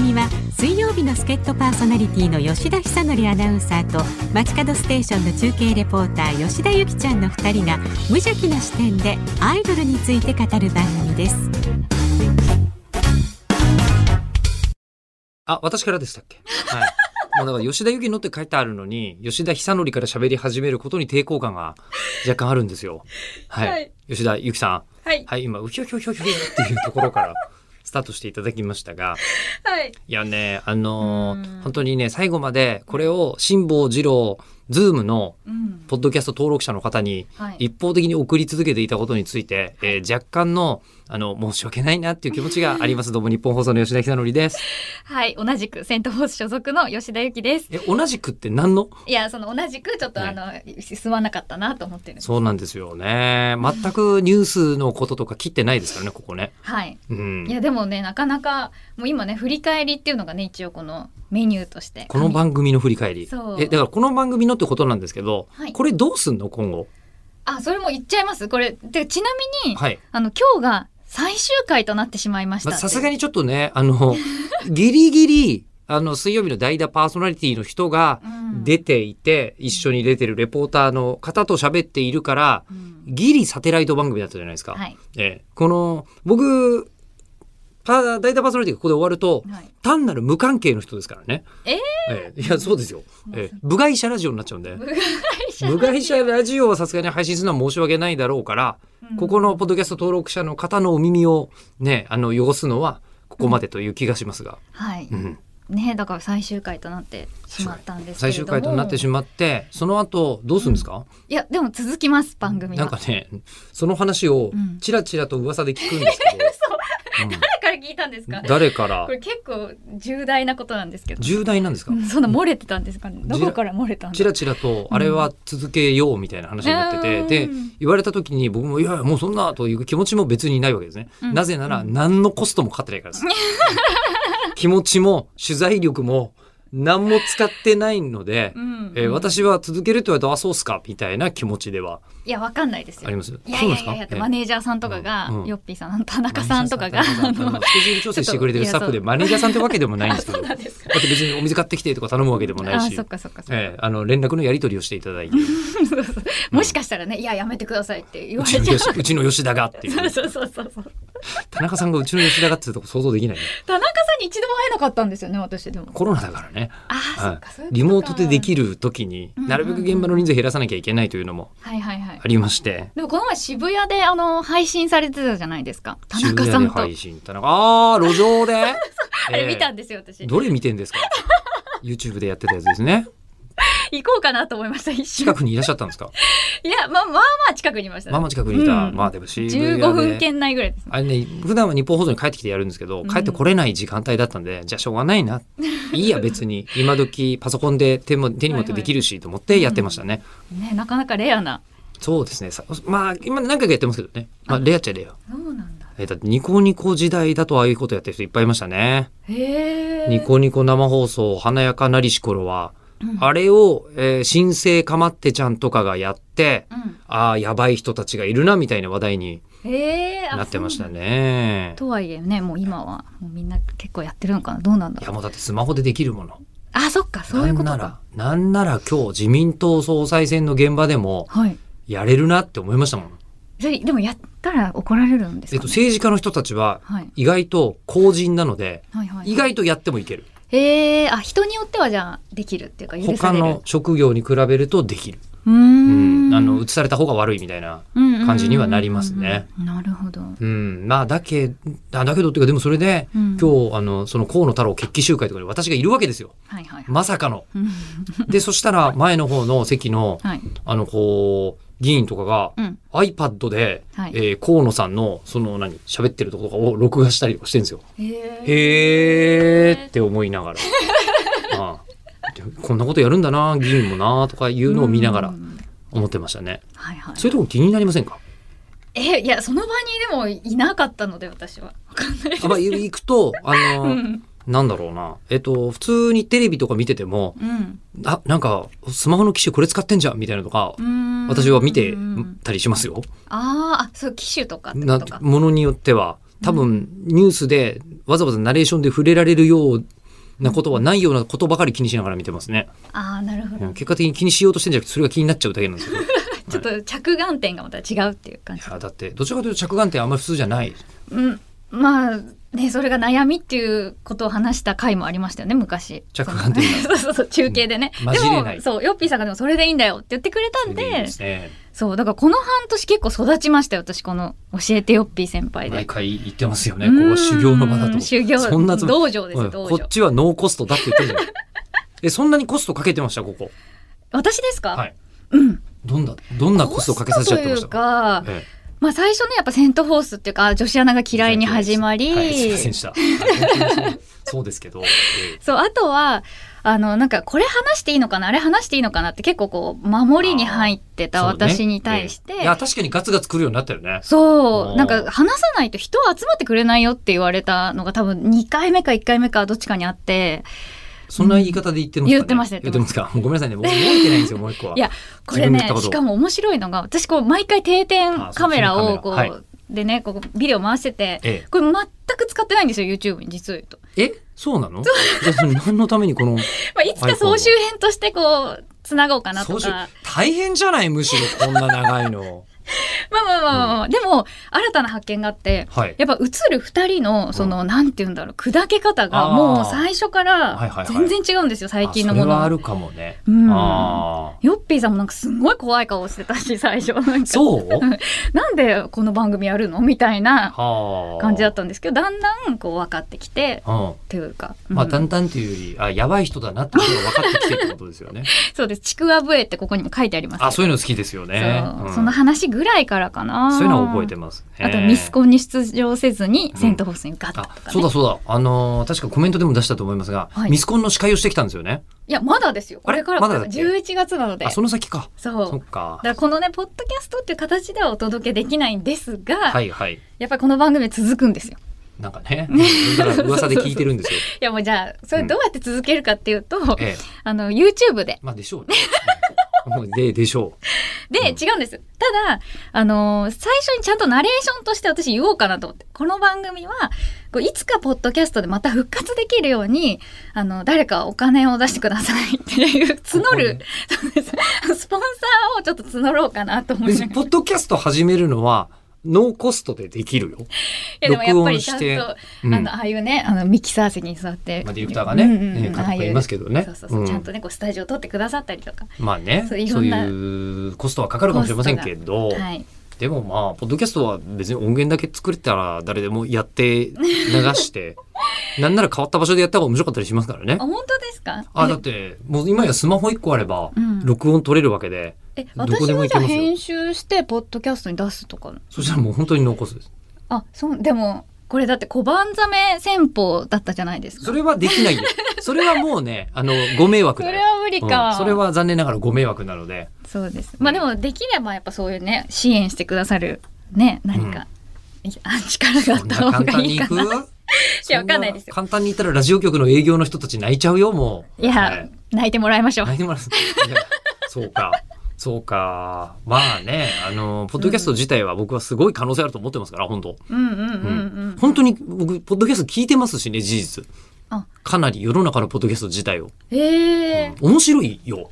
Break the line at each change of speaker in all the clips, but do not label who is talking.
水曜日の助っ人パーソナリティの吉田久典アナウンサーと街角ステーションの中継レポーター吉田由紀ちゃんの2人が無邪気な視点でアイドルについて語る番組です
あ、私からでしたっけはい。もうだから吉田由紀のって書いてあるのに、吉田久典から喋り始めることに抵抗感が若干あるんですよ。はい。
はい
吉田由紀さん。
はい。
はい、今、うひょひょひょひょっていうところからスタートしていただきましたが、
はい。
いやね、あのー
うん
本当にね、最後までこれを辛坊二郎、ズームの
うん。
ポッドキャスト登録者の方に
はい。
一方的に送り続けていたことについて、えー若干の、あの、申し訳ないなっていう気持ちがあります。どうも日本放送の吉田久典です。
はい。同じく、セントフォース所属の吉田ゆきです。
え、同じくって何の
いや、その同じく、ちょっと、
ね
あの、進まなかったなと思ってるんです。
そうなんですよね。全くニュースのこととか切ってないですからね、ここね。
はい。
うん
い。や、でもね、なかなか、もう今ね、振り返りっていうのがね、一応このメニューとして。
この番組の振り返り
そう。
え、だからこの番組のってことなんですけど、
はい
これどうすんの今後。
あ、それも言っちゃいます。これ、で、ちなみに、
はい。
あの、今日が最終回となってしまいました
ま
っ
あ
ていう。
さすがにちょっとね、あの、 ギリギリ、あの、水曜日の代打パーソナリティの人が
うん
出ていて、一緒に出てるレポーターの方と喋っているから、
うん
ギリサテライト番組だったじゃないですか。
はい。
ええこの、僕、パー代打パーソナリティがここで終わると、
はい。
単なる無関係の人ですからね。
えー
ええいや、そうですよ。ええ部外者ラジオになっちゃうんで。
部外者
部外者ラジオはさすがに配信するのは申し訳ないだろうから、
うん
ここのポッドキャスト登録者の方のお耳をね、あの、汚すのは、ここまでという気がしますが。
はい。
うん
ね、だから最終回となってしまったんですけれ
最終
ども。
回となってしまって、その後、どうするんですか、
いや、でも続きます、番組は。
な んかね、その話を
うん、
ちらちらと噂で聞くんです けど、
誰から聞いたんです
う
か
ん誰から
こ、れ結構重大なことなんですけど。
重大なんですか
うんそんな漏れてたんですかね。どこから漏れたん
ち
です
らちらと、あれは続けようみたいな話になってて、
うん
で、言われた時に僕も、いやいや、もうそんなという気持ちも別にないわけですね。
うん
なぜなら、何のコストもかかってないからです。 気持ちも、取材力も、何も使ってないので、
うん
えー私は続けると言われたら、あ、そうっすか、みたいな気持ちではい
や、わかんないですよ。
あります。
いや
そ
いうや
なん
いやい
で
や、だっ
す
て
か
マネージャーさんとかが、
うんうん
ヨッピーさんあの、田中さんとかが、あ
マネージャーさん
の
あの、スケジュール調整してくれてるスタッフで、
ちょっといやそう
マネージャーさんってわけでもないんですけ
そ
ど、だ
うな
っ
んですか。
て別にお水買ってきてとか頼むわけでもない
あ、
し
そっ、かそっかそっか。
えーあの、連絡のやり取りをしていただいて、
そうそうもしかしたらね、いや、やめてくださいって言
う
われ
ち
ちゃ
の
う。
吉うちの吉田がっていう
そ。うそうそうそうそう。
田中さんがうちの吉田がっていうとこ想像できないね。
田中さんに一度も会えなかったんですよね、私でも。
コロナだからね。
ああ、そ
は
っか、そ
い
うい
う
ことか
リモートでできる時に、
うんうんうん
なるべく現場の人数減らさなきゃいけないというのも
はいはいはい
あ。りまして。
でもこの前渋谷であの配信されてたじゃないですか。田中
渋谷
さ
で
んと。
配信。田中、あー、路上で
あれ見たん
で
ですよ、私。
どれ見てんですか ?YouTube でやってたやつですね。
行こうかなと思いました、一瞬
近。くにいらっしゃったんですか
いや、まあまあまあ近くにいましたね。
ママ近くにいた。
うん
まあでも渋谷で。
15分圏内ぐらいですね。
あれね、普段は日本放送に帰ってきてやるんですけど、
うん
帰ってこれない時間帯だったんで、じゃあしょうがない な。いいや別に。今時パソコンで手も手に持ってできるしと思ってやってましたね。
ね、なかなかレアな。
そうですね。さまあ、今何回かやってますけどね。まあ、レアっちゃレア。
そうなんだ。
えだってニコニコ時代だとああいうことやってる人いっぱいいましたね。
へえ。
ニコニコ生放送、華やかなりし頃は、
うん
あれを、えー新生かまってちゃんとかがやって、
うん。
ああ、やばい人たちがいるな、みたいな話題に
へえ。あ
なってまし。
そ
た
うなんだ
ね。
とはいえね、もう今はもうみんな結構やってるのかな。どうなんだ
い
ろ
や、
う。
もうだってスマホでできるもの。
あ、そっか、そういうこと
なんな。、
から
なんなら今日自民党総裁選の現場でも、
はい。
やれるなって思いましたもん。
それでもやったら怒られるんです
えっ
か
と、
ね。
政治家の人たちは、
はい。
意外と公人なので、
はいはい。
意外とやってもいける。
へえ、あ、人によってはじゃあできるっていうか許さ
他
れる。
の職業に比べるとできる。
うー
うんん。あの、移された方が悪いみたいな。感
感
じにはなりますね。
なるほど。うん
うん。まあ、だけ、あだけどっていうか、でもそれで、今日、あの、その河野太郎決起集会とかで私がいるわけですよ。
はいはいはい。
まさかの。
うん
で、そしたら、前の方の席の、
はい。
あの、こう、議員とかが、
うん。
iPad で、
はい
えー河野さんの、その何、喋ってるところとかを録画したりとかしてるんですよ。
へえ。
へーって思いなが ら。ああでこんなことやるんだな、議員もな、とかいうのを見ながら
うん
思ってましたね。
はいはい。
そういうとこ気になりませんか
え、いや、その場にでもいなかったので、私は。わかんない。
あまあ、 行くと、あの、
うん。
なんだろうな。えっと、普通にテレビとか見てても、
うん
あ、なんか、スマホの機種これ使ってんじゃんみたいなのとか
う、ん。
私は見て
うん
たりしますよ。
あーあ、そう、機種とかってこ
な
とか。
ものによっては。多分、ニュースでわざわざナレーションで触れられるようなことはないようなことばかり気にしながら見てますね。
ああなるほ
うん
ど。
結果的に気にしようとしてんじゃなくて、それが気になっちゃうだけなん ですよ。
ちょっと着眼点がまた違うっていう感
い
じ。
や、だって、どちらかというと着眼点あんまり普通じゃない。
うん。まあねそれが悩みっていうことを話した回もありましたよね昔。
着眼点が
そのそうそうそう中継でね。
うん混じれない
でもそうヨッピーさんがでもそれでいいんだよって言ってくれたんで。
すね。
そうだからこの半年結構育ちましたよ私この教えてヨッピー先輩で。
毎回言ってますよね。ここは修行の場だ
うー
と。
ん修行
そんなつもり
道場です
う
よ
ん
道
こ
場
っちはノーコストだって言ってるじゃん。え、そんなにコストかけてました、ここ。
私ですか、
はい。
うん
どんな、どんなコストかけさせちゃってまし
コストという
た
か、
え
まあ、最初ねやっぱセント・フォースっていうかあ女子アナが嫌いに始まり、
えはい、すいませんでした。はい本当にそうそうですけど、え
そうあとはあのなんかこれ話していいのかなあれ話していいのかなって結構こう守りに入って
え
た私に対し
そ
て
うねええいや、確かにガツガツ来るようになったよね。
そう
おー
なんか話さないと人は集まってくれないよって言われたのが多分2回目か1回目かどっちかにあって
そんな言い方で言ってますか、ね
言ってますね
言ってますか。もうごめんなさいね。僕覚えてないんですよ、もう一個は。
いやこれ
自分で言っ
ね
たこと
しかも面白いのが私こう毎回定点
あそう
カメラをこう
定点カメラは
でねこうビデオ回してて
え
これ全く使ってないんですよ YouTube に実を言うと、
え。えそうなのじゃあその何のためにこの、
まあ、いつか総集編としてこうつなごうかなと
そうし
か
大変じゃないむしろこんな長いの。
まあまあまあまあまあ、でも新たな発見があって
はい。
やっぱ映る2人のその、なんて言うんだろう砕け方が
あー
もう最初
は
か
いはいは
ら
い
全然違うんですよ最近のも
あそれはあ
の。
るかもね。
うん
ああ。
ヨッピーさんもなんかすごい怖い顔してたし最初なんか
そう
なんでこの番組やるのみたいな
はあ。
感じだったんですけどだんだんこう分かってきて
うん。
というか、うん
まあ、だんだんというより、あ、やばい人だなってことが分かってきてるってことですよね。
そうですちくわ笛ってここにも書いてありますけど
あ、そういうの好きですよね。
そう
うん
その話ぐらいからかな
そういうのは覚えてますね。
あとミスコンに出場せずにセントホースに受かったと
あ
か、ね
そうだそうだ。あのー確かコメントでも出したと思いますが、
はい
ミスコンの司会をしてきたんですよね。
いやまだですよこれから
あれまだだっけ
11月なので
あ、その先か。
そ
そうっか
だか。らこのねポッドキャストっていう形ではお届けできないんですが、
はいはい。
やっぱりこの番組は続くんですよ
なんか ね、だから噂で聞いてるんですよ。
いやもうじゃあそれどうやって続けるかっていうと、
ええ。
あの YouTube で
まあ、でしょうね。もうで、でしょ
で、
うん
違うんですただあのー最初にちゃんとナレーションとして私言おうかなと思ってこの番組はこういつかポッドキャストでまた復活できるようにあの誰かお金を出してくださいってい う募る、 そうですスポンサーをちょっと募ろうかなと
う。
思い
別
な
に、
が
ポッドキャスト始めるのは、ノーコストでできるよ。
らいやでもやっぱり
録
ちゃ
音し
ん
て
と、
うん
あのああいうねあのミキサー席に座って、
まあ、ディレクターがね、
うんうん
ね
うん
かっこいいますけどね。
そうそうそう、
うん
ちゃんとねこうスタジオ撮ってくださったりとか、
まあね、
そ
そうう
い
い
ろんな
うコストはかかるかもしれませんけど、
はい、
でもまあ、ポッドキャストは別に音源だけ作れたら誰でもやって流 して、なんなら変わった場所でやった方が面白かったりしますからね
あ。本当ですか
あ、だって、もう今やスマホ1個あれば
うん、
録音取れるわけで、
え
どこ
私
でも
も
い
じ
け
ゃあ
ますよ
編集してポッドキャストに出すとか
そしたらもう本当にノーコストです。
あそうでもこれだって小判ザメ戦法だったじゃないですか
それはでき ないよ。それはもうね、あの、ご迷惑
そ
だ
れ
よ。
は無理か、
うんそれは残念ながらご迷惑なの で、
そうですまあでもできればやっぱそういうね支援してくださるね何か、いあ力があ
そ
っ
んな
た方
簡
が
単
い
に
い
い
か
く
ない
い
やわ かんないですよ
簡単に言ったらラジオ局の営業の人たち泣いちゃうよ、もう。
や、
はい
泣いてもらいましょう、
泣いてもらういやそう か。そうか。まあね、あの、ポッドキャスト自体は僕はすごい可能性あると思ってますから、本当。
うんうんうんうん、
本当に僕、ポッドキャスト聞いてますしね、事実
あ。
かなり世の中のポッドキャスト自体を。
えー
面白いよ。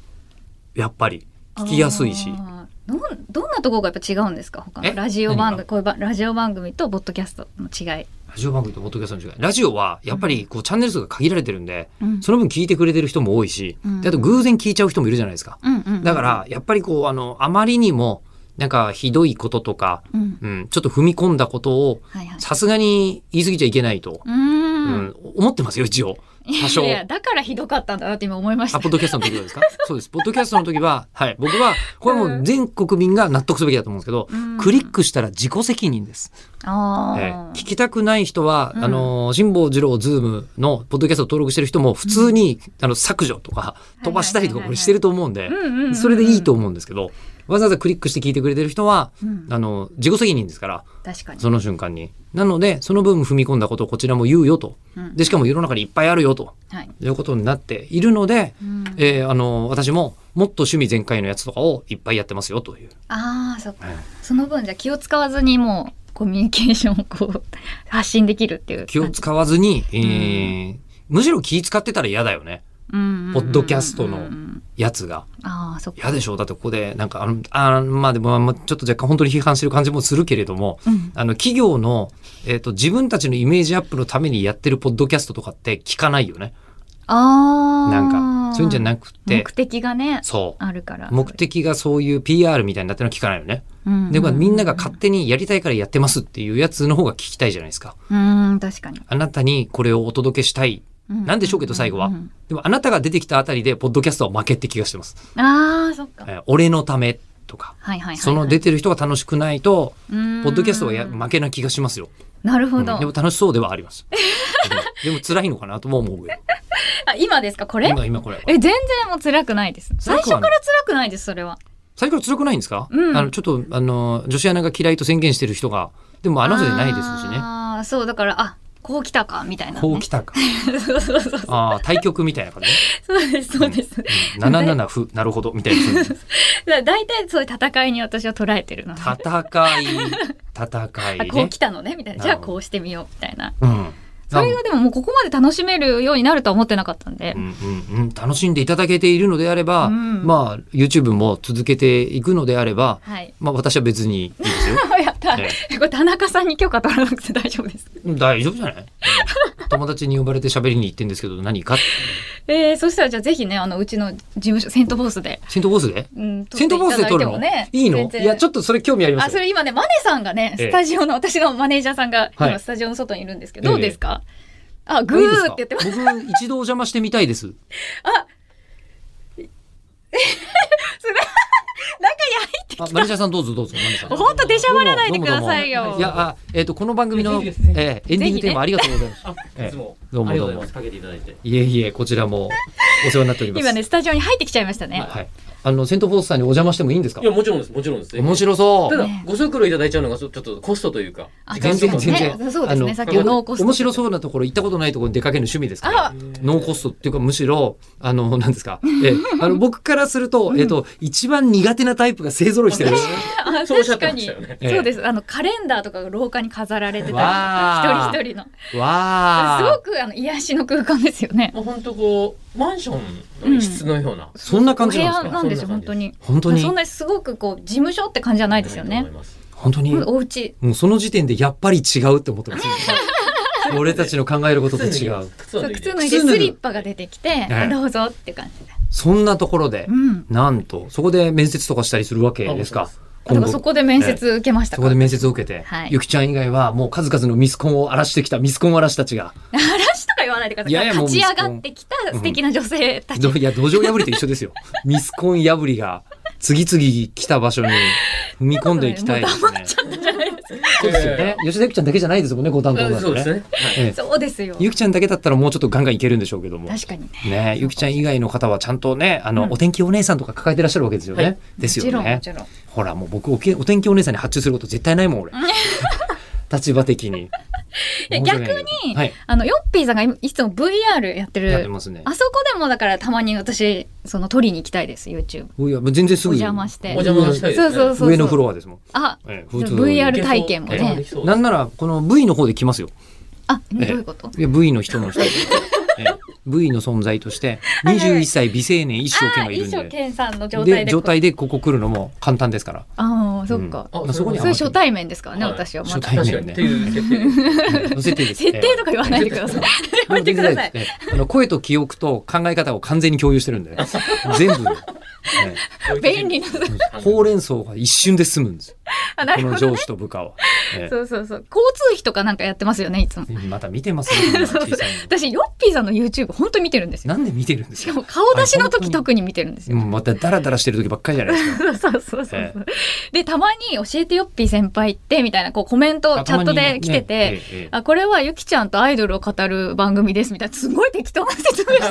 やっぱり。聞きやすいし。
あーどんどんなところがやっぱ違うんですか他の
え
ラジオ番
何が
組こういうばラジオ番組とポッドキャストの違い、
ラジオ番組とポッドキャストの違い。ラジオは、やっぱり、こう、チャンネル数が限られてるんで、
うん
その分聞いてくれてる人も多いし
うん、
であと偶然聞いちゃう人もいるじゃないですか。
うんうん
だから、やっぱりこう、あの、あまりにも、なんか、ひどいこととか、
うん
うん、ちょっと踏み込んだことを、
はいはい
さすがに言い過ぎちゃいけないと、う
う
ん
ん
思ってますよ、一応。多少
い。やだからひどかったんだなって今思いました
あ、ポッドキャストの時は ですかそうです。ポッドキャストの時は、はい。僕は、これはもう全国民が納得すべきだと思うんですけど、
うん
クリックしたら自己責任です。
あ
えー
ー
聞きたくない人は、
うん
あのー、辛坊治郎ズームのポッドキャストを登録してる人も普通に、あの、削除とか
い
飛ばしたりとか俺してると思うんで、
うんうんうんうん
それでいいと思うんですけど、わざわざクリックして聞いてくれてる人は、
うん
あの、自己責任ですから、
確かに
その瞬間に。なので、その分踏み込んだことをこちらも言うよと。
うん
で、しかも世の中にいっぱいあるよと。
はい
いうことになっているので、
うん
えーあの、私ももっと趣味全開のやつとかをいっぱいやってますよという。
ああそっか
はい
その分じゃあ気を使わずにもうコミュニケーションをこう発信できるっていう
気を
感じ
使わずに、えーむしろ気使ってたら嫌だよね。ポッドキャストのやつが。
ああそっか
嫌でしょだってここで、なんか、あの、あーまあでも、まあちょっと若干本当に批判してる感じもするけれども、
うん
あの、企業の、えっ、と、自分たちのイメージアップのためにやってるポッドキャストとかって聞かないよね。
ああ
なんか、そういうんじゃなくて
目、的がね
そ
あるから
う。目的がそういう PR みたいになってるのは聞かないよね。で、まあみんなが勝手にやりたいからやってますっていうやつの方が聞きたいじゃないですか。
うん確かに
あなたにこれをお届けしたい。なんでしょうけど最後はでもあなたが出てきたあたりで、ポッドキャストは負けって気がしてます。
ああそっか
えー俺のためとか、
はいはいはいはい
その出てる人が楽しくないと、
ポッ
ポッドキャストはや負けな気がしますよ。
なるほ
う
ど
んでも楽しそうではあり ます。でもでも辛いのかなとも思うよ。
あ今ですかこれ
今、今これ。
え全然もう辛くないです
辛
最初
くは
か
ない
ら辛くないですそれは
最初から辛くないんですか、
うん
あの、ちょっと、あの、女子アナが嫌いと宣言してる人が、でもあの人じゃないですしね。
ああそうだからあこう来たかみたいなね
こう来たか。
そうそうそうそう
ああ、対局みたいな感じね。
そうです そうです
うん77歩、なるほど、みたいな。
だいたいそういう戦いに 私は捉えてるので、あ
戦い、戦いね。
こう来たのねみたいなじゃあ
なるほど
こうしてみようみたいな
うん。
それがでももうここまで楽しめるようになるとは思ってなかったんで、
うんうんうん、楽しんでいただけているのであれば、
うん
まあ YouTube も続けていくのであれば、
はい
まあ私は別にいいですよ。
やった、
え
これ田中さんに許可取らなくて大丈夫 です
大丈夫じゃないうん友達に呼ばれて喋りに行ってんですけど何か
えー、そしたらじゃあぜひねあのうちの事務所セントボースで、
セントボースで
うん、
セントボースで撮るの、いいのいやち
ょ
ょ
っ
っとそれ興味ありま
あ
す
そ
よ
れ今ねマネさんがね
ええ
スタジオの、 私のマネージャーさんが
は
今
い
スタジオの外にいるんですけ
え
ど、
え
どうですかあグ
いいです
ー
か
って言ってます
僕一度お邪魔してみたいですあマネージャーさんどうぞどうぞマネージャーさん
本当出しゃばらないでくださ
どう
いよ
もどうもどうもいやあえっ、とこの番組の、
ぜひですね
えーエンディングテーマありがとうございます、
あ、
ええ
いつも。
どうも
ありが
どうも
とうございます。かけていただいて。
いえいえこちらもお世話になっております
今ねスタジオに入ってきちゃいましたね、
はい。あの、セントフォースさんにお邪魔してもいいんですか
いや、もちろんです。もちろんです。
面白そ
た
う。
だ、ご足労いただいちゃうのが、ちょっとコストというか。
あ
時間
全
とか
然
も
全然。
ねそうですね
あの
さっ
きの
ノーコスト
面白そうなところ行ったことないところに出かけるの趣味ですから。
あ
ノーコストっていうかむしろ、あの、なんですか。え、あの、僕からすると、えっと、一番苦手なタイプが勢揃いしてる。
あ
そうおっしゃ
確か
ってまし
に
たよね。
ええ
そうですあのカレンダーとかが廊下に飾られてたり
わ
一
ー
人一人 の
わ
すご
あ。
くあの癒しの空間ですよね
もう本当こう、マンションの一室のような。
そんな感じ
お
なん
部
で
屋
す
な
か
んですよ本当に
本当に
そん。なすごくこう事務所って感じじゃないですよ
と
ね
思います
本当に。
お家
もうその時点でやっぱり違うって思って ます。俺たちの考えることと違う。
靴
そう
脱いで
靴脱いでスリッパが出てきて
ええ
どうぞっていう感じで
そんなところで
う、ん
なんと、そこで面接とかしたりするわけです
あ
か
そ。
だからそこで面接受けました
そ
か
こで
ら
面接を受けて、
はい
ゆきちゃん以外はもう数々のミスコンを荒らしてきたミスコン荒らしたちが、
嵐とか言わないでください
いやいやもう
立ち上がってきた素敵な女性たち
どいや、土壌破りと一緒です よ。ミスコン破りが、次々来た場所に踏み込んでいきたいですね。そうですよね。吉田ゆきちゃんだけじゃないですもんね、ご担当
うん
なん
そ
で
うです
ね。
ね。
ええ
そうですよ
ゆきちゃんだけだったらもうちょっとガンガンいけるんでしょうけども。
確かにね
ねゆきちゃん以外の方はちゃんとね、あの、
うん
お天気お姉さんとか抱えてらっしゃるわけですよね。
はい
です
もち
よ
ろんも
ね。
ちろん
ほら、もう僕おけ、お天気お姉さんに発注すること絶対ないもん、 俺。立場的に。
え
申し訳ないけど
逆に
はい、
あのヨッピーさんがいいつも VR やって
やって
る
ますね。
あそこでもだからたまに私その撮りに行きたいです YouTube
いや、もう全然す
お
ぐ。
邪魔して
お邪魔したいです
そう
ね。
そうそう
上のフロアですもん。
あ
ええ
じゃあ
普通の
VR 体験も
いけそう
ね
できそう
なんなら、この V の方で来ますよ。
あどう
ええ
いうこと
いや、V の人の 人。ええ V の存在として、21歳美青年一生懸
あ
命いるん
一生
で。
健さんの状態
で、
で
状態でここ来るのも簡単ですから。
ああそっか、
うん
あ
まあ、そこに
それ初
合わ
対面ですからね、
はい
私はま
初
だ
対面
確かに。っていう設
せ
定。
て。乗せ てです。
設定とか言わないでく ださい やめてください
ええあの声と記憶と考え方を完全に共有してるん で、全部、え
便利な
えほうれん草が一瞬で済むんです。
あな
こ
るほ
の
ど
上司と部下は。え
そうそうそう交通費とかなんかやってますよねいつも
えまた見てますね。
そう
小
そう
さいの
私ヨッピーさんの YouTube 本当見てるんですよ
なんで見てるんです
しか
か
も顔出しの
あ本当
時
に
特に見てるんですよ
もうまたダラダラしてる時ばっかりじゃないですか。
そうそうそうそう、
え
でたまに「教えてよっぴー先輩って」みたいなこうコメントチャットで来てて、
ねええええ
あこれはゆきちゃんとアイドルを語る番組ですみたいなすごい適当な説明してるんです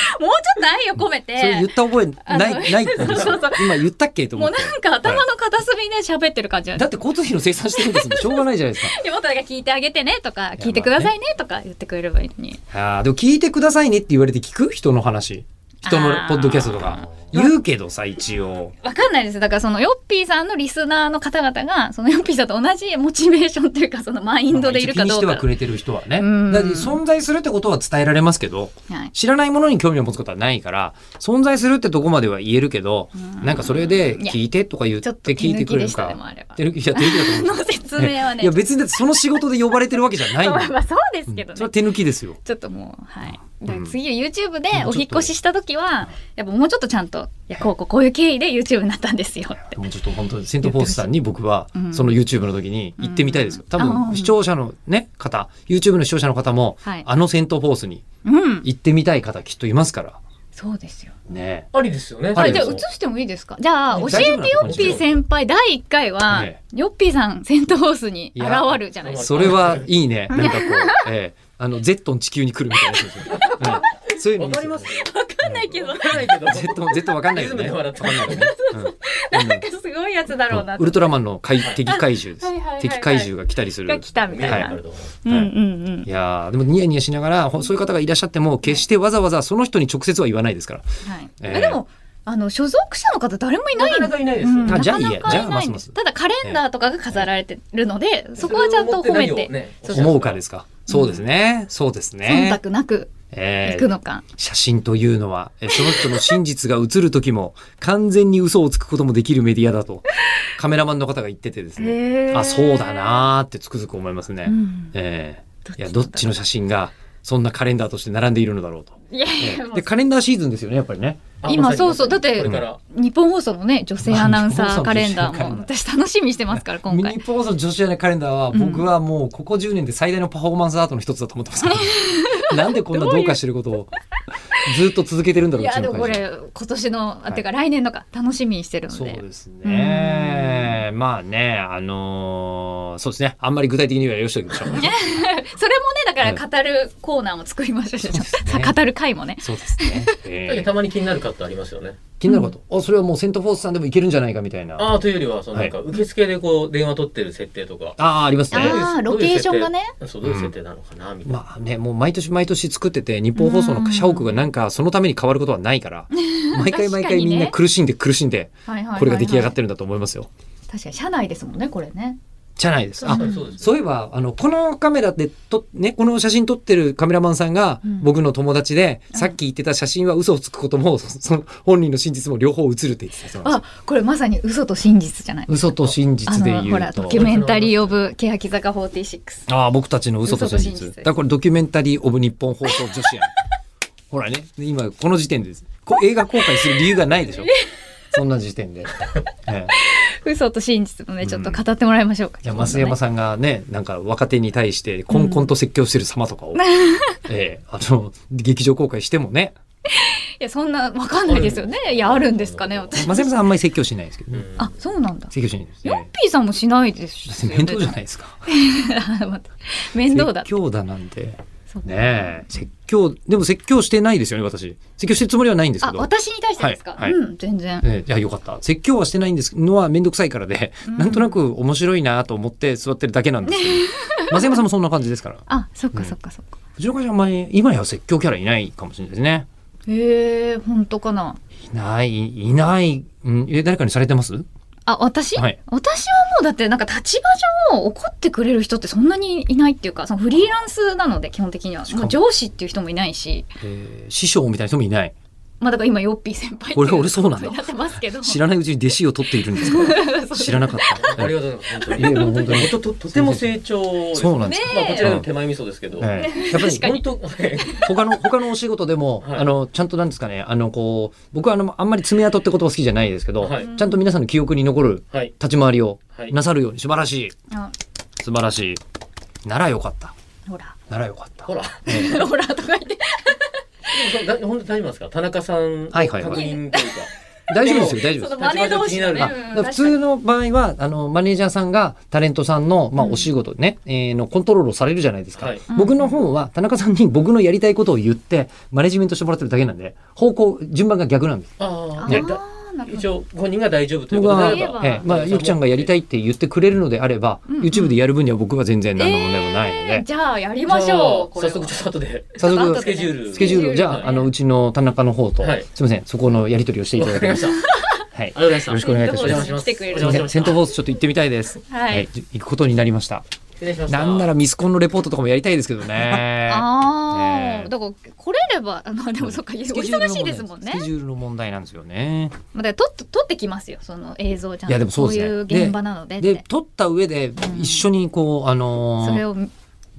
もうちょっと愛を込め
それ言
て
った覚えな
あの
い、ないんです
そう
よ
そう。
今言ったっけと
も
思
う
って。
なんか頭の片隅で喋ってる感じなんで
だって交通費の生産してるんですもん。しょうがないじゃないです
すでもっとなんか聞いてあげてねとか聞いてくださいねとか言ってくれればいいのに
か。ああ、でも聞いてくださいねって言われて聞く人の話。人のポッドキャストとか言うけどさ一応
わかんないですだからそのヨッピーさんのリスナーの方々がそのヨッピーさんと同じモチベーションというかそのマインドでいるかどう
まあ一応気にしては
か
く。れてる人はね
うん
だって存在するってことは伝えられますけど
はい
知らないものに興味を持つことはないから存在するってとこまでは言えるけど
うん
なんかそれで聞いてとか言っ
ちょってと
聞
気
いてく
抜き
れ
で
る
したね、
か
もうあれは。
手抜きいや手抜きだと思うんです
の説明は ね。
いや別にだってその仕事で呼ばれてるわけじゃないん
ま
だ
あ
よ
まあそうですけど
それ
ね
は。手抜きですよ
ちょっともう、はい。だか
うん
ら次は YouTube で
もうちょっと
お引っ越しした時は、やっぱもうちょっとちゃんと、いや、こうこうこういう経緯で YouTube になったんですよって。
もうちょっと本当にセントフォースさんに僕は
うん
その YouTube の時に行ってみたいですよ
うん
多
あ
分
ー
視聴者のね方 YouTube の視聴者の方も
はい。
あのセントフォースに
うん。
行ってみたい方きっといますから
そうですよ。
ね
ありですよね。
あ
あ
り
じ
で
ゃあ
す
映してもいいですかじゃあ、教
大
え
丈夫な
て
の
よっぴー先輩第1回は
え、
よっぴーさんセントホースに現るじゃないですか。
それはいいねなんかこう、 ええ、あのゼットン地球に来るみたいなやつですよ、 うんそういうの
わ
いい
か
です
り
よ
ますよ。
わかんないけど、な
わ
ん
かんないけど。
ゼットンゼットンわかんないよ
リ
ね
ズムで笑った
わかんないよねうんうん
か すごいやつだろうな
ウルトラマンの怪敵怪獣です、
はいはいはいはい
敵怪獣が来たりする
が来たみたいな。
は
うんうんうん
い。やーでもニヤニヤしながらほそういう方がいらっしゃっても決してわざわざその人に直接は言わないですから、
はい。
えー
えでも、あの、所属者の方誰もいな
ないかなかいないですよ。
あじゃあいいや
なかなか
じゃあ
な
ます
いん
ま
ですすただカレンダーとかが飾られてるので、そこはちゃんと褒めて、そうそう
思うかですか、そうですねそうですね
忖、度なく
え
行
ー
くのか。
写真というのはえその人の真実が映る時も完全に嘘をつくこともできるメディアだとカメラマンの方が言っててですね、
へー
あそうだ。なーってつくづく思いますね、
うん
えーいやどっちの写真がそんなカレンダーとして並んでいるのだろうと、
いやい
え
や
ー
も
で
う
カレンダーシーズンですよねやっぱりね
今そうそうだって
これから
日本放送のね、女性アナウンサ
まあ
ーカレンダ
日本
ーも、
放送
私楽しみにしてますから、今
ミ
回
ニ。ポーズの女子アナカレンダーは
うん
僕はもうここ10年で最大のパフォーマンスアートの一つだと思って ますから、なんでこんなどうかしてることをずっと続けてるんだろ
いう
うち
や、
の
でもこ
会社
れ、今年の、
は
あ、
い
てか来年のか、楽しみにしてるの
そう
で。
ですねまあねあのーそうですねあんまり具体的にはよしておきましょう
それもね、だから語るコーナーも作りましょう
そう
よ。
ですね
さ語る回もね。
そうです ね、えー
たまに気になる方ありますよね。
気になること、あそれはもうセントフォースさんでもいけるんじゃないかみたいなあ
ああ、というよりは、そのなんか、受付でこう、電話取ってる設定とか。
あーありますね
あーロケーションがね。
そう、どういう設定なのかな、みたいな。
まあね、もう毎年毎年作ってて、日本放送の社屋がなんかそのために変わることはないから、毎回毎回みんな苦しんで苦しんで、
はいはい。。
これが出来上がってるんだと思いますよ。
確かに、社内ですもんね、これね。
じゃないです。あ
確か、にそうですね。
そういえば、あの、このカメラでと、ね、この写真撮ってるカメラマンさんが
うん
僕の友達で、
うん
さっき言ってた写真は嘘をつくことも、そ その本人の真実も両方映るって言ってた人なんです
あ、これまさに嘘と真実じゃない。
嘘と真
あ
実で
の、ほ
言
ら、
うと
ド。キュメンタリーオブ欅坂46。
ああ、僕たちの嘘と真
嘘と
実。
真実
だからこれドキュメンタリー・オブ・日本放送女子やん。 ほらね、今この時点でです。こ映画公開する理由がないでし ょ。そんな時点で。ええ
嘘と真実もね、ちょっと語ってもらいましょうか。
いや、増山さんがね、なんか若手に対して、こんこんと説教してる様と かを、ええ、あの、劇場公開してもね、
いや、そんな、わかんないですよね。いや、あるんですかね、
うん
私。
増山さんあんまり説教しないですけど
う
ね。
ん
あ、そうなんだ。
説教しないです
ヨッ
ね。
ピーさんもしないですよね
面倒じゃ ないですか。
また面倒だ
説。教だなんて。
そう
ねえ、説教、でも説教してないですよね、私。説教してるつもりはないんですけ
あ、
ど。
私に対してですか。
はいはい
うん、全然。
えーいや、よかった。説教はしてないんですのはめんどくさいからで、
うん
なんとなく面白いなと思って座ってるだけなんです けど、松山さんもそんな感じですから。
あ、そっ
うん
かそっかそっか。
うちの会社はあんまり、今や説教キャラいないかもしれないですね。
へえ、本当かな。
いない、いない、うん、え、誰かにされてます
あ、私、
はい
私はもうだってなんか立場上怒ってくれる人ってそんなにいないっていうか、そのフリーランスなので基本的には。
しかも
もう上司っていう人もいないし、
えー師匠みたいな人もいない。
まあだから今ヨッピー先輩ってい
俺俺そうなんだ
になってますけ ど。
知らないうちに弟子を取っているんですか 知らなか った。
あり
え
がとうございます。本当
い
に
や。もう本当に
とととても成長です
そうなんです
まあ、こちら
ね
の
え
手前味噌ですけど、
え えやっぱり
確かに
本当、
他の他のお仕事でも、
はい
あのちゃんとなんですかねあのこう僕はあのあんまり爪痕って言葉好きじゃないですけど、
はい
ちゃんと皆さんの記憶に残る
はい、
立ち回りを
はい。
なさるように素晴らしい
あ
素晴らしい。ならよかった。
ほら。
ならよかった。
ほら、
ええ
ほらとか言って。
でもそれだ本当に大丈夫なんですか田中さん、
はいはいはい
確認というか。
大丈夫ですよ、大丈夫
そ
です
の。マネ同士のね。
立場
あ
う
上
ん
だから普通の場合は、あの、マネージャーさんがタレントさんの、まあ、
うん
お仕事ね、えーの、コントロールをされるじゃないですか。
はい
うん
僕の方は、田中さんに僕のやりたいことを言って、マネジメントしてもらってるだけなんで、方向、順番が逆なんです。
ああ、
ね
だ
ーなるほ
一
ど。
応本人が大丈夫という
僕
ことで
は
あ
そうい
れ
えば
ば、
ええまあ、ゆきちゃんがやりたいって言ってくれるのであれば、
うんうん
YouTube でやる分には僕は全然何の問題もないので、
えーじゃあやりましょう。こ
じ
れ
ゃあ
は
早速ちょっと後で
早
ちょ
速
っと後
ス
で
ケジュール
スケジュールをじゃあ,、
はい
あのうちの田中の方と、
はい
すいませんそこのやり取りをしていた
わ
だ
か
き
り
ま
ま
し
したた。
はい
ありがとうございました。
よろしくお願いいたします
お邪魔します。
来てくれる
お
すい
邪
ま
魔
せ
し
んセ
ま
ン
し
ト
た。
フォースちょっと行ってみたいです、
はい
じ行くことになりました
失礼しました。
なんならミスコンのレポートとかもやりたいですけどねえ
ああ、
ー
だから来れれば、あまあでもそっか、お
スケジュールの
忙し
問題
いですもんね
スケ。ジュールの問題なんですよね
まあだから撮っ撮ってきますよ、その映像をちゃん
い
と。
やでもそうですね
こういう現場なのでって。
で撮った上で
ん
一緒にこう、あのー
それを、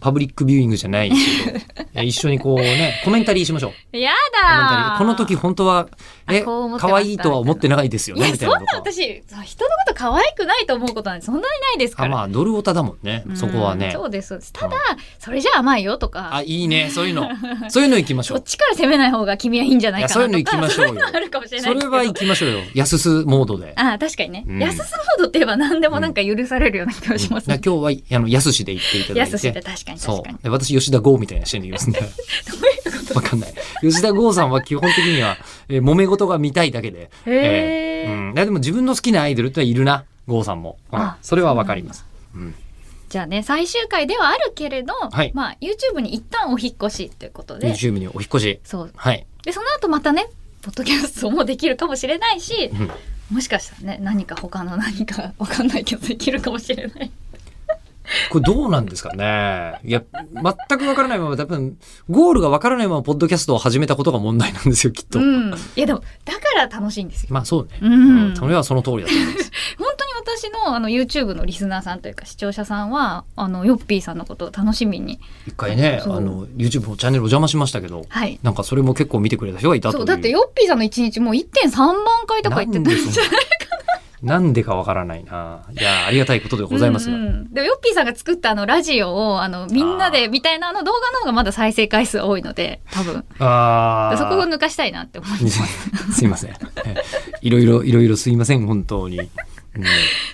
パブリックビューイングじゃないですけどい や一緒にこうねコメンタリーしましょう
や
コメンタリ
だ
ー
ー
この時本当はえ
あこう思ってまし
可
た
愛いとは思ってないですよ
い
ね
や、
みた
そ
い
ん
な
な
こと
私、そう人のこと可愛くないと思うことなんてそんなにないですか
あ
ら。
まあドルオタだもんね、
うん
そこはね
そうです、そうです。ただ、それじゃ甘いよと
あ
か、
いいねそういうのそういうの行きましょ
そっ
う
ちから攻めない方が君はいいん じゃないかなとか。
いやそういうの行きましょうよ
そんなのあるかもしれな
そ
いですけど。
れは行きましょうよ安すモードで。
ああ、確かにね。
うん
安すモードって言えば何でもなんか許されるような気がします
だ
ね。
から今日はあの安しで行っていただいて
安すって確かに
そ
確か
う
に。
で私吉田剛みたいな人にいますねわかんない吉田剛さんは基本的には、えー揉め事が見たいだけで、
へ
う
え
ん、いやでも自分の好きなアイドルってのはいるな剛さんも、うん
あ
それはわかりますうん
じゃあね、最終回ではあるけれど、
はい
まあ、YouTube に一旦お引っ越しということで、
YouTube にお引っ越し
そう。
はい、
で、その後またね、ポッドキャストもできるかもしれないし
う、ん
もしかしたらね、何か他の何かわかんないけどできるかもしれない。
これどうなんですかねいや全くわからないまま多分ゴールがわからないままポッドキャストを始めたことが問題なんですよきっと、
うん。いや、でも、だから楽しいんですよ。
まあそうね、
うん
それはその通りだと思います
本当に私のあの YouTube のリスナーさんというか視聴者さんは、あの、ヨッピーさんのことを楽しみに。
一回ねあ
そう
の YouTube のチャンネルお邪魔しましたけど
はい。
なんかそれも結構見てくれた人がいたとい
そうう、だってヨッピーさんの一日もう1.3万回とか言ってたん
なんで
で
すそんななんでかわからないないやありがたいことでございますが、
うんうんでもヨッピーさんが作ったあのラジオをあのみんな
あ
で
ー
みたいなあの動画の方がまだ再生回数多いので多分
ああ
そこを抜かしたいなって思います
すいません。えいろいろ、いろいろすいません、本当に。うん、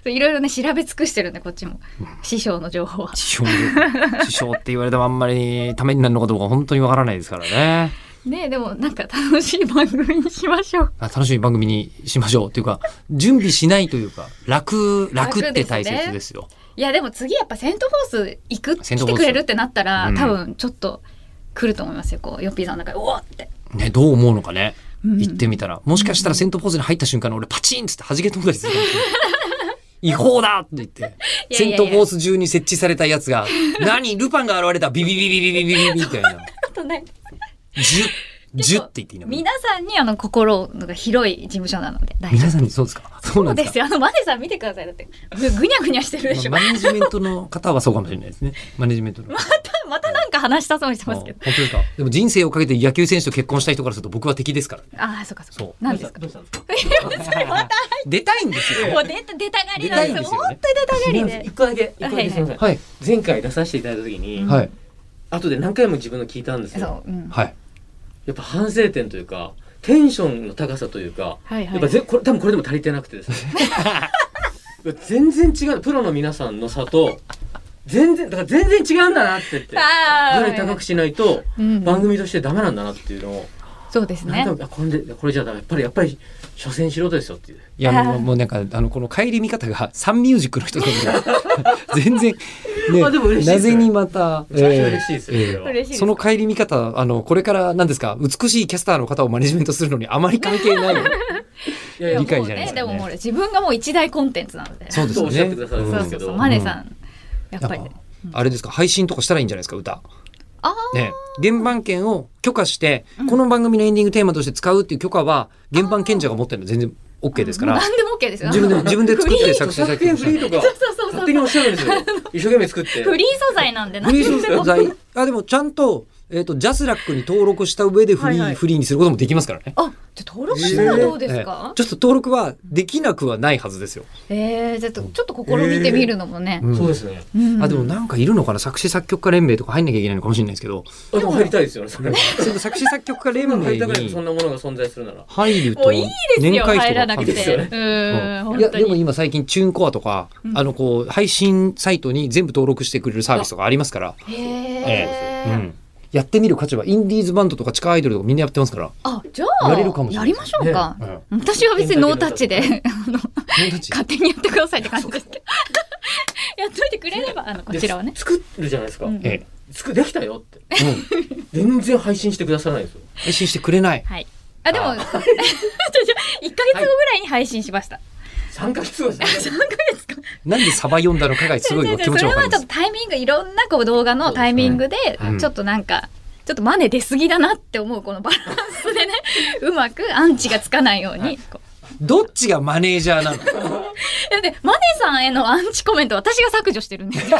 いろいろね調べ尽くしてるんでこっちも師匠の情報は。
師匠、師匠って言われてもあんまりためになるのかどうか本当にわからないですからね。
ねでもなんか楽しい番組にしましょう。
あ楽しい番組にしましょう。というか、準備しないというか、楽、楽っ
楽
て
ですね
大切ですよ。
いやでも次やっぱセントフォース行く
セント
来
フォー
て
ス
くれるってなったら、
うん
多分ちょっと来ると思いますよこうヨッピーさんの中でおおって。
ね、どう思うのかね。
うん
行ってみたら。もしかしたらセントポーズに入った瞬間の俺パチンっつって弾け飛んだりするかもしれない。違法だって言って。
いや
セントポーズ中に設置されたやつが、何ルパンが現れたビビビビビビビビビみたいな。
あとね
ジュッ、ジュッって言っていいの
皆さんにあの心が広い事務所なので大丈
皆
夫。
さんにそうですかそう
そ
な
うん
で
です
か
すよあのマネさん見てくださいだってぐぐにゃぐにゃしてるでしょ。
まあマネジメントの方はそうかもしれないですね。マネジメントの方。
またなんか話したそうにして
あ
ま
本
す
当
けど。
ですかでも人生をかけて野球選手と結婚した人からすると僕は敵ですからね。
ああ、そうかそう
そ
か。何ですか
どうしたんですか
出たいんです
も
よ
う。出た出たがり
出
な
た
ん
いん
で
ですす
よ。
よ
本
ね。
当に出たがりで
一。個だけ、一個だ
はいは
け
い
すみません。
はい。
前回出させていただいた時に、
はい。
後で何回も自分の聞いたんですよ。
そう、うん。
はい。
やっぱ反省点というか、テンションの高さというか、
はいはい
やっぱぜこれ多分これでも足りてなくてで すね。いや全然違うプロの皆さんの差と全然だから全然違うんだなって言って。
あ
ぐらい高くしないと
うん
番組としてダメなんだなっていうのを、
そうですね。
なんかあこれでこれじゃダメやっぱりやっぱり所詮素人ですよっていう。
いや、
あー
もうもうなんか、あの、この帰り見方が、サンミュージックの人と全然、ね、
まあでも嬉しい
な
です
ぜ
よね
にまた、
めちゃくちゃ嬉しいですよ
え
それは
え
嬉しいです
その帰り見方、あの、これから、何ですか、美しいキャスターの方をマネジメントするのにあまり関係ない。
いやいや
理解じゃないですかね
もうでももう自分がもう一大コンテンツなので。
そうですよね。
そうおっしゃってくださるん
そ
で
う
す
そ
け
う
ど
そう
うん
マネさん、やっぱり
なん。かあれですか配信とかしたらいいんじゃないですか歌
あ
ね原版権を許可して、この番組のエンディングテーマとして使うっていう許可は原版権者が持ってるの全然 OK
あ。
ですから
何でも OK ですよ。
自分 で自分で作っ
フリ
て
ー
作成
著
作
作
権
権フリ
者
ーとか
そうそうそう
勝手におっしゃるんですよ。一生懸命作って。
フリー素材なんでな
フ。リー素材あでもちゃんと,、えー、とジャスラックに登録した上でフリー、
はいはい
フリーにすることもできますからね。
あ、じゃあ登録したらどうですか
えー。ちょっと登録はできなくはないはずですよ。
ええ、ちょっとちょっと試みてみるのもね。
うん
そうですね。
うん
あでもなんかいるのかな作詞作曲家連盟とか入んなきゃいけないのかもしれないですけど、
あでも入りたいですよね。それは。
それと作詞作曲家連盟
入りたくないそん
に
なものが存在するなら。
入る
も
と
ういいです
年
よ
会費とか
入らなくて。
かかる
よね
うん
いや
本当
でも
に。
今最近チューンコアとか、
うん
あのこう配信サイトに全部登録してくれるサービスとかありますから、
へ
ええ
え
う。ん、やってみる価値はインディーズバンドとか地下アイドルとかみんなやってますから。
あじゃあ
やれるかもしれない
やりましょうか、
うん
私は別にノータッチであの
友達
勝手にやってくださいって感じですけど やっといてくれればあのこちらはね
で作るじゃないですか、
うん
え
作できたよって
え、うん、
全然配信してくださらないんですよ
配信してくれない。
はいあでも
あ
ちょちょ1か月後ぐらいに配信しました、
3ヶ月後じゃ
3ヶ 月か
なんでサバ読んだのかがす ごい気持ち
そ
わ
れ
かり
はち
ま
ょっ
す
と。タイミングいろんなこう動画のタイミングで
うん
ちょっとなんかちょっとマネ出すぎだなって思うこのバランスでね うまくアンチがつかないようにこう
どっちがマネージャーなの
だってマネさんへのアンチコメント私が削除してるん ですよ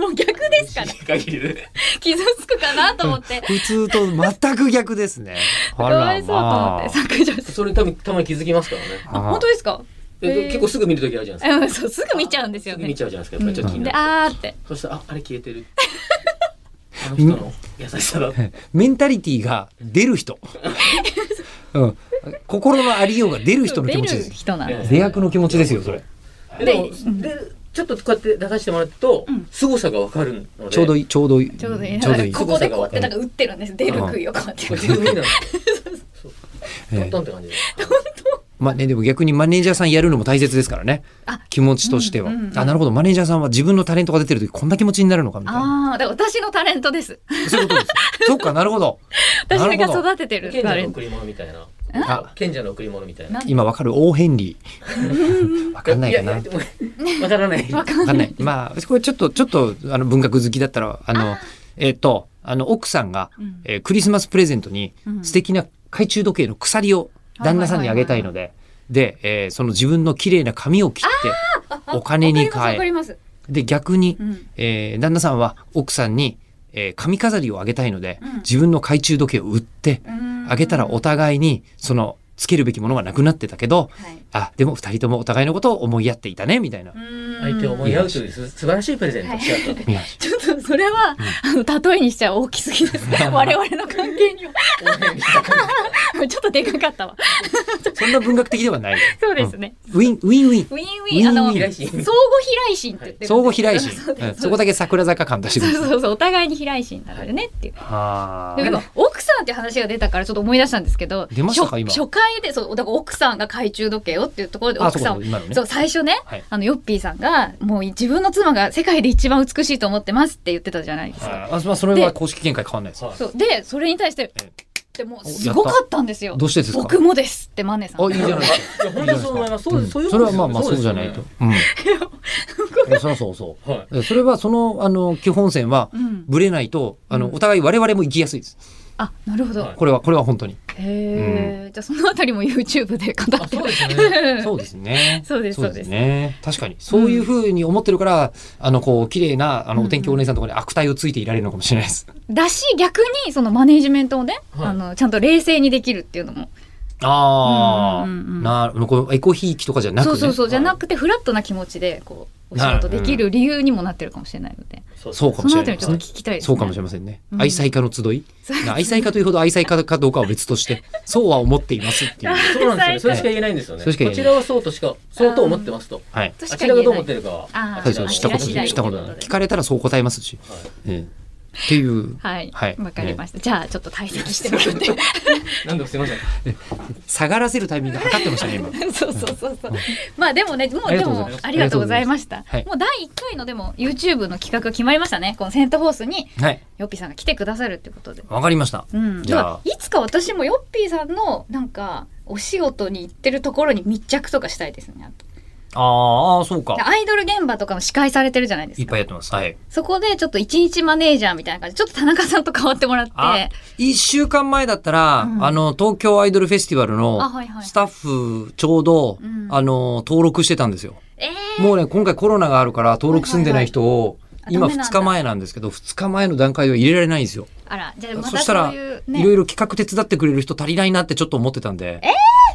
もう逆です から
限りで
傷つくかなと思って
普通と全く逆ですね。
か
あ
わいそうと思って削除して
それ多分たまに気づきますからね
ま
あ
あ
本当ですか
で
へー
結構すぐ見る時あるじゃないです
うん
か
そうすぐ見ちゃうんですよ
すぐ見
ね
ちゃうじゃないですかやっぱりちょっと気に
で
なる
あーって
そしたらああれ消えてるあの人の優しさだって
メンタリティーが出る 人。うん、心のありようが出る人の気
出
持ちで
る
す。
人なの
え
出役の気持ちですよ、それ。
ででも
で
でちょっとこうやって流してもらうと、
うん
凄さがわかるので
ちょうど
いい
いい、ちょうどいい。
ちょうどいい
ちょうどいい
ここでこうやってなんか打ってるんです出る杭をこうやって
これ自 分でいいなそう
ええ
トントンって感じで
まあね、でも逆にマネージャーさんやるのも大切ですからね
あ。
気持ちとしては、
うんうんうん
あ、なるほど。マネージャーさんは自分のタレントが出てる時こんな気持ちになるのかみたいな。
ああ、だから私のタレントです。
そういうことです。そっか、なるほど。
私
なる
が
ほど。
育ててる
賢
タ
者
レ
の
ント。
贈り物みたいな
あ
賢者の贈り物みたいな
なん
今わかるオーヘン リー。わかんないかな。
や
わ
やでもわからない
わかん
か
ない。
ん ない。まあ、これちょっと、ちょっと、あの、文学好きだったら、あの、えっと、あの、奥さんが、
うん
えークリスマスプレゼントに
うん
素敵な懐中時計の鎖を旦那さんにあげたいので、で、えーその自分の綺麗な髪を切って、お金に
わか
変え、
ります。わか
で、逆に、
りますうん
えー旦那さんは奥さんに、えー髪飾りをあげたいので、
うん
自分の懐中時計を売って、
うん
あげたらお互いに、その、つけるべきものがなくなってたけど、
はい
あ、でも二人ともお互いのことを思いやっていたね、みたいな。
うん
相手を思い合うというす素晴らしいプレゼントをしちゃったと
いや
ちょっとそれは、あの、例えにしちゃ大きすぎ です。我々の関係には。ちょっとでかかったわ。
そんな文学的ではない。
そうですね。
ウィン、ウィンウィン。
ウィンウ
ウィン
ィン、あの、
ウィン
相
平
互
石
飛来心って言ってるんですよ
相互飛来心。
そ
う
うで
ん
す
そこだけ桜坂感出してく
そ
る
うん
です。
そうそう、お互いに飛来心なんだよねっていう。
あ
で
ー
も今奥さんって話が出たからちょっと思い出したんですけど
出ましたか
初
今
初回でそうだから奥さんが懐中時計をっていうところで
あ、
奥
そう
さ
か
ん、を
今のね
そう。最初ね、
はい
あのヨッピーさんがもう自分の妻が世界で一番美しいと思ってますって言ってたじゃないですか。
あ、まあ、それは公式見解変わんないです。あ、
そうでそれに対して
ええ
でもう
お
すごかったんですよ
どうしてですか
僕もですってマネさん
いいじゃないですか。
いや本当にそう思いますそう
うん
そういう
そ
も
れは
んですよ
まあまあ、そうじゃないと。うん。そうそうそ
は
う。それはその、あの、基本線は
う、ん、
ぶれないと、あの、お互い我々も生きやすいです。
あなるほど、
はい
これは、これは本当に。
へえ、じゃあそのあたりも YouTube で語
あ
って
そうですよね
そうですね。
そうですそうです
ね。確かに。そういうふうに思ってるから、あの、こう、綺麗な、あの、お天気お姉さんとかに悪態をついていられるのかもしれないです。
だし逆にそのマネジメントをね、
はい
あのちゃんと冷静にできるっていうのも
ああ、
うんうんうんうん
なるこうエコひいきとかじゃなく
そ
ね。
うそうそうじゃ
はい
なくてフラットな気持ちでこうお仕
なる
事できる理由にもなってるかもしれないので、
そう
そうかも
そ
し
の
れ
あた
な
り
い
ちょっと聞きたいですね。
そうかもしれませんね。
うん
愛妻家の集い。
そうですね
愛妻家というほど愛妻家かどうかは別と して、そうは思っていますっていう。
そうなんですよねそれしか言えないんですよね
それしか言
こ
えない
ちらはそうとしかそうと思ってますと
はい。
と
あ
しか
ち
言えな
らが
い
どう思ってるかは
あー
最
ち
初
らの
したこと
知
な
ら
い。
し
し
だ
た
い
ことない。聞かれたらそう答えますし。
はい
ええっていう。
はい
はい
わかりました、じゃあちょっと退席してもらって
なんでもすいません
下がらせるタイミング測ってましたね、今。
そうそうそうそうまあでもねもう
ありが
で
とうござい
も
ます
ありがとうございました
はい
もう第一回のでも YouTube の企画が決まりましたねこのセントフォースに
はい。
ヨッピーさんが来てくださるってことで。
わかりました。
うん、
じゃ
だ
あ
からいつか私もヨッピーさんのなんかお仕事に行ってるところに密着とかしたいですね
ああ、そうか。
アイドル現場とかも司会されてるじゃないですか
いっぱいやってます。はい。
そこでちょっと一日マネージャーみたいな感じでちょっと田中さんと変わってもらって
あ、一週間前だったら、
うん
あの、東京アイドルフェスティバルの
あはいはい
スタッフ、ちょうど、
うん
あの、登録してたんですよ。
え
もうね、今回コロナがあるから登録済んでない人を、
はいはい
今
あダメなんだ
2日前なんですけど、2日前の段階では入れられないんですよ。
ー、あらじゃあま
そ
た
した
そ
ら
ういう、
いろ
ね
いろ企画手伝ってくれる人足りないなってちょっと思ってたんで。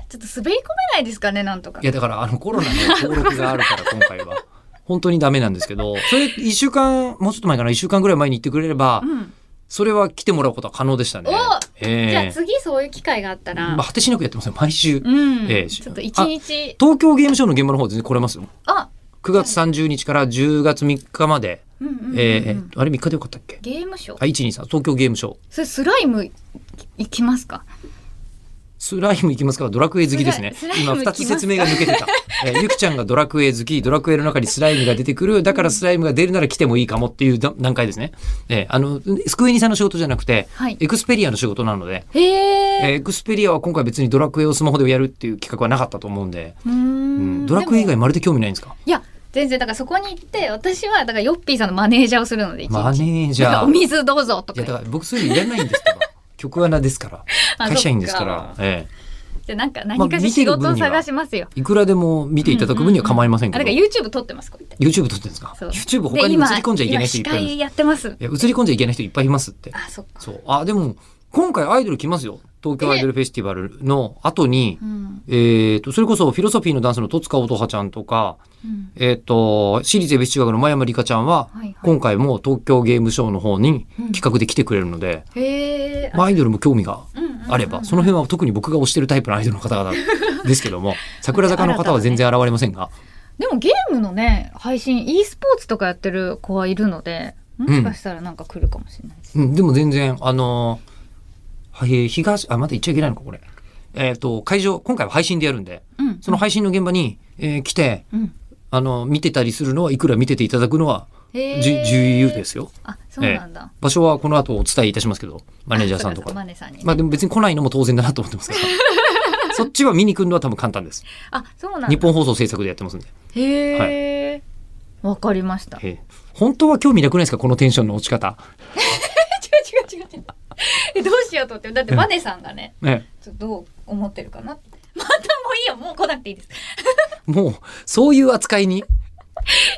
ちょっと滑り込めないですかねなんとか
いや、だからあのコロナの登録がある から今回は。本当にダメなんですけど、それ1週間、もうちょっと前かな、1週間ぐらい前に行ってくれれば
う、ん、
それは来てもらうことは可能でしたね。
お
ええ
じゃあ次そういう機会があったら、
まあ、果てしなくやってますよ、毎週。
うん、
ええ
ちょっと一日
東京ゲームショウの現場の方は全然来れますよ。
あ
9月30日から10月3日まで、
うんうん、
えーあれ3日でよかったっけ
ゲームショー
あ123東京ゲームショウ
それスライムいいきますか
スライム行きますかドラクエ好きですね
スライ。ム
今
行きま
2
す
つ説明が抜けて た。えーゆきちゃんがドラクエ好き、ドラクエの中にスライムが出てくる、だからスライムが出るなら来てもいいかもっていうだ段階ですね。えーあの、スクエニさんの仕事じゃなくて、
はい
エクスペリアの仕事なので、
へ
えー
え
エクスペリアは今回別にドラクエをスマホでやるっていう企画はなかったと思うんで、
うー
うんんドラクエ以
で
外
も
まるで興味ないんですか
いや全然だからそこに行って私はだからヨッピーさんのマネージャーをするので一日
マネージ
なん
ャ
か
ー。
お
い
水どうぞとか
や、だから僕そういうのいらないんです から。曲穴ですから。
あ
会社員ですか
そっ
ら。え
じゃあなんか
まあ
何かしら仕事を探しますよ、
えいくらでも見ていただく分には構いません
あ
け
だ
ど。
から YouTube 撮ってますこうやって
YouTube 撮ってるんですか
そう
?YouTube
で
他に映り込んじゃいけない人いっ
今
ぱいいるんです
今司会やってます
いや映り込んじゃいけない人いっぱいいますって。
あそっか
そう。あ、でも、今回アイドル来ますよ。東京アイドルフェスティバルの後に
う、ん
えっと、それこそフィロソフィーのダンスの戸塚乙葉ちゃんとか、
うん
えっと、私立恵比寿中学の前山里香ちゃんは
はいはい、
今回も東京ゲームショウの方に
うん
企画で来てくれるので、
へえ
まあアイドルも興味が
うんうんうん
あれば、その辺は特に僕が推してるタイプのアイドルの方々ですけど も、桜坂の方は全然現れませんが、
でもゲームのね配信 e スポーツとかやってる子はいるのでもしかしたらなんか来るかもしれないです、
うん、でも全然、あのーはいえー東、あ、まだ言っちゃいけないのか、これ。えっ、と、会場、今回は配信でやるんで、
うん
その配信の現場に、えー来て、
うん
あの、見てたりするのは、いくら見てていただくのは、
へー
じゅ自由ですよ。
あそうなんだ、
場所はこの後お伝えいたしますけど、マネージャーさんと
あそ
か
うマ
で。
ネさんにね、
まあでも別に来ないのも当然だなと思ってます から。そっちは見に来るのは多分簡単です。
あそうなんだ
日本放送制作でやってますんで。
へえわ、かりました違う
えー本当は興味なくないですかこのテンションの落ち方。
違う違う違うえどうしようと思ってだってマネさんがね
ね、
ちょっとどう思ってるかなって またもういいよもう来なくていいです
もう、そういう扱いに。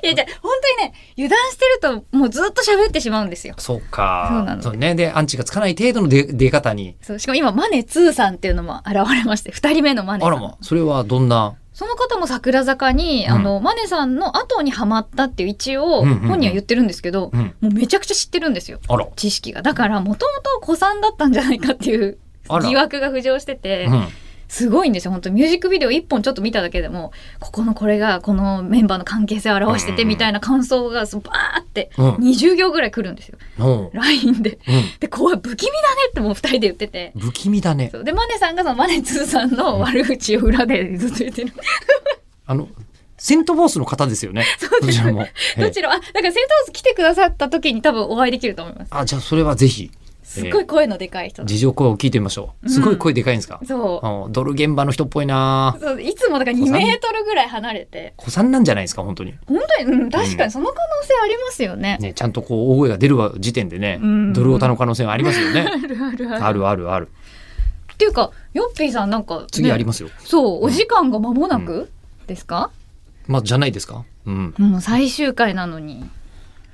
いやじゃあ本当にね油断してるともうずっと喋ってしまうんですよ
そうか。
そうなの
ね。で、アンチがつかない程度の出出方に。
そうしかも今マネ2さんっていうのも現れまして2人目のマネ
あ
さん
らま、それはどんな。
その方も桜坂に、
うん
あのマネさんの後にハマったっていう一応
うんうんうん
本人は言ってるんですけど、
うん。
もうめちゃくちゃ知ってるんですよ
あら。
知識がだからもともと子さんだったんじゃないかっていう
あら
疑惑が浮上してて、
うん。
すごいんですよ本当ミュージックビデオ1本ちょっと見ただけでもここのこれがこのメンバーの関係性を表して
うんう
て
んうん
みたいな感想がそうバーって
うん
20行ぐらい来るんですよ
の
LINE で。
うん。
でこう不気味だねってもう2人で言ってて。
不気味だね。
そうでマネさんがそのマネ2さんの悪口を裏でずっと言ってる
あの、セントボースの方ですよね。どちらも。え
ど
え
ちらもあだからセントウス来てくださった時に多分お会いできると思います
あ、じゃあそれはぜひ、
すっごい声のでかい人、
事情声を聞いてみましょう。すごい声でかいんですか、
そ
あのドル現場の人っぽいな
うそういつもだから2メートルぐらい離れて
子さんなんじゃないですか、本当に。
本当に、うん、確かにその可能性ありますよね、
ね、ちゃんとこう、大声が出る時点でね
うん、
ドルオタの可能性はありますよね。
あるあるある
あるあるある。
っていうかヨッピーさんなんか、ね、
次ありますよ。
そうお時間が間もなくですか、
まあ、じゃないですか。うん。
もう最終回なのに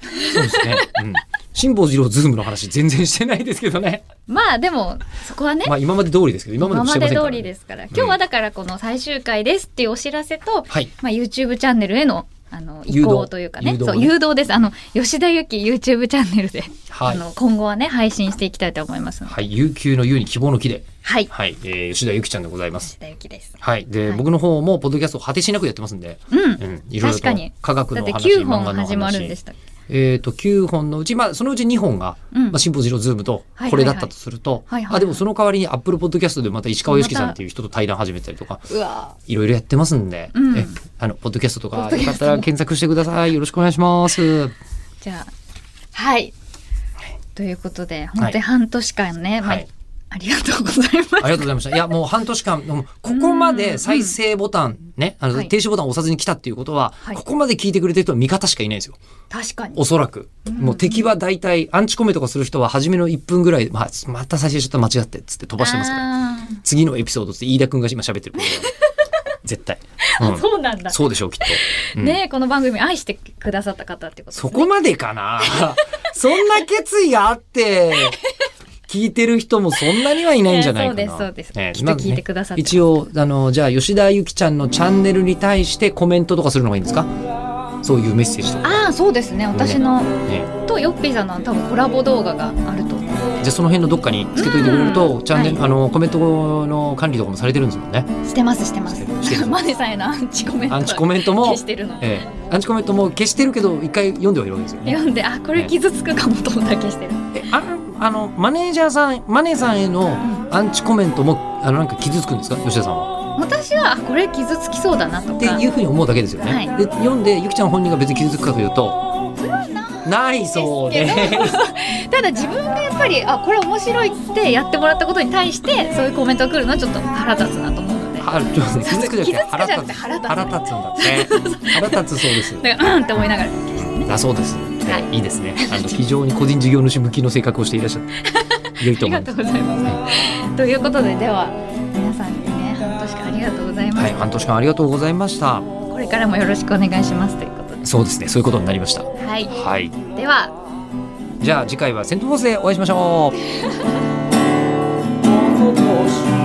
そうですね。うん。辛坊治郎ズームの話全然してないですけどね。
まあでもそこはね、
まあ今まで通りですけど、今まで
今
もし
ま
てま
で
せんから、
通
ね。
りですから、今日はだからこの最終回ですっていうお知らせと、
はい。
まあ、YouTube チャンネルへのあの移
誘導
行というかね
誘導ね
そう誘導ですあの吉田由紀 YouTube チャンネルで、
はい
あの今後はね配信していきたいと思いますので
はい。有給の有に希望の木で。
はい
はい。えー、吉田ゆきちゃんでございます。
吉田由紀です
はい。で、
はい
僕の方も、ポッドキャストを果てしなくやってますんで。
うん
うん。いろいろ
確
と
かに、
科学
だ
の
って
話、
9
漫
本
画の
始まるんで
話
し。たっけ
えっ、と、9本のうち、まあ、そのうち2本が、
うん
まあ、辛坊治郎ズームと、これだったとすると、
はいはいはいはいはいはい
あ、でもその代わりに、アップルポッドキャストでまた石川由紀さんっていう人と対談始めたりとか、
うわ
いろいろやってますんで、
うん
えあの、ポッドキャストと
ポッ
か、
ド
よ
キャ
かっ
スト
たら検索してください。よろしくお願いし ます。
ーじゃあはいということで本
は
当に
い
半年間ね、まあ
はい
ありがとうございます
ありがとうございました。いや、もう半年間、もうここまで再生ボタンね、あ
は
の、
い
停止ボタンを押さずに来たっていうことは、
はい
ここまで聞いてくれてる人は味方しかいないんですよ。
確かに
おそらく。もう敵は大体、アンチコメとかする人は初めの1分ぐらい、まあ、また再生ちょっと間違って、つって飛ばしてますから。
あ
次のエピソードって飯田くんが今喋ってるこ とだよ絶対。う
ー
ん。
そうなんだ、
そうでしょう、きっと。うん
ねえこの番組愛してくださった方ってことです
そ
ね
こまでかな そんな決意があって、聞いてる人もそんなにはいないんじゃないかな。
いやそうですそうです
ね
きっと聞いてくださってます
一応、あの、じゃあ、吉田ゆきちゃんのチャンネルに対してコメントとかするのがいいんですかそういうメッセージとか、
ああそうですね私の
ね、
とヨッピーさんの多分コラボ動画があると思う
じゃあその辺のどっかにつけといてくれると、
うん
チャンネル、
は
あのコメントの管理とかもされてるんですもんね。
してますしてます
してる
マネさんへのア ンチコメント
ア
は
ンチコメントも
消してるの
ええ、アンチコメントも消してるけど一回読んではいるわけですよね。
読んであこれ傷つくかもと思ったら消してる
えあのあのマネージャーさんマネさんへのアンチコメントもあのなんか傷つくんですか吉田さんは。
私はあこれ傷つきそうだなと
って
か
いうふうに思うだけですよね。
はい
で読んでゆきちゃん本人が別に傷つくかというとないそうで、
ですけど ただ自分がやっぱりあこれ面白いってやってもらったことに対してそういうコメントが来るのはちょっと腹立つなと思うので
あちょっと傷つくじゃなくて腹立
傷つくじゃなくて
つ
腹立
腹
つ
立つんだ って腹立つそうです。
だからうんって思いながら消してね
だそうです。、
はい
いですね。あの非常に個人事業主向きの性格をしていらっしゃって良い
あ
と
り
思い
が
ま
とう
す。
ございますということででは皆さんにね半年間ありがとうございま
は
し
い、
た、
半年間ありがとうございました。
これからもよろしくお願いしますということで
そうですね、そういうことになりました。
はい
はい、
では
じゃあ次回は戦闘法制お会いしましょう。
この年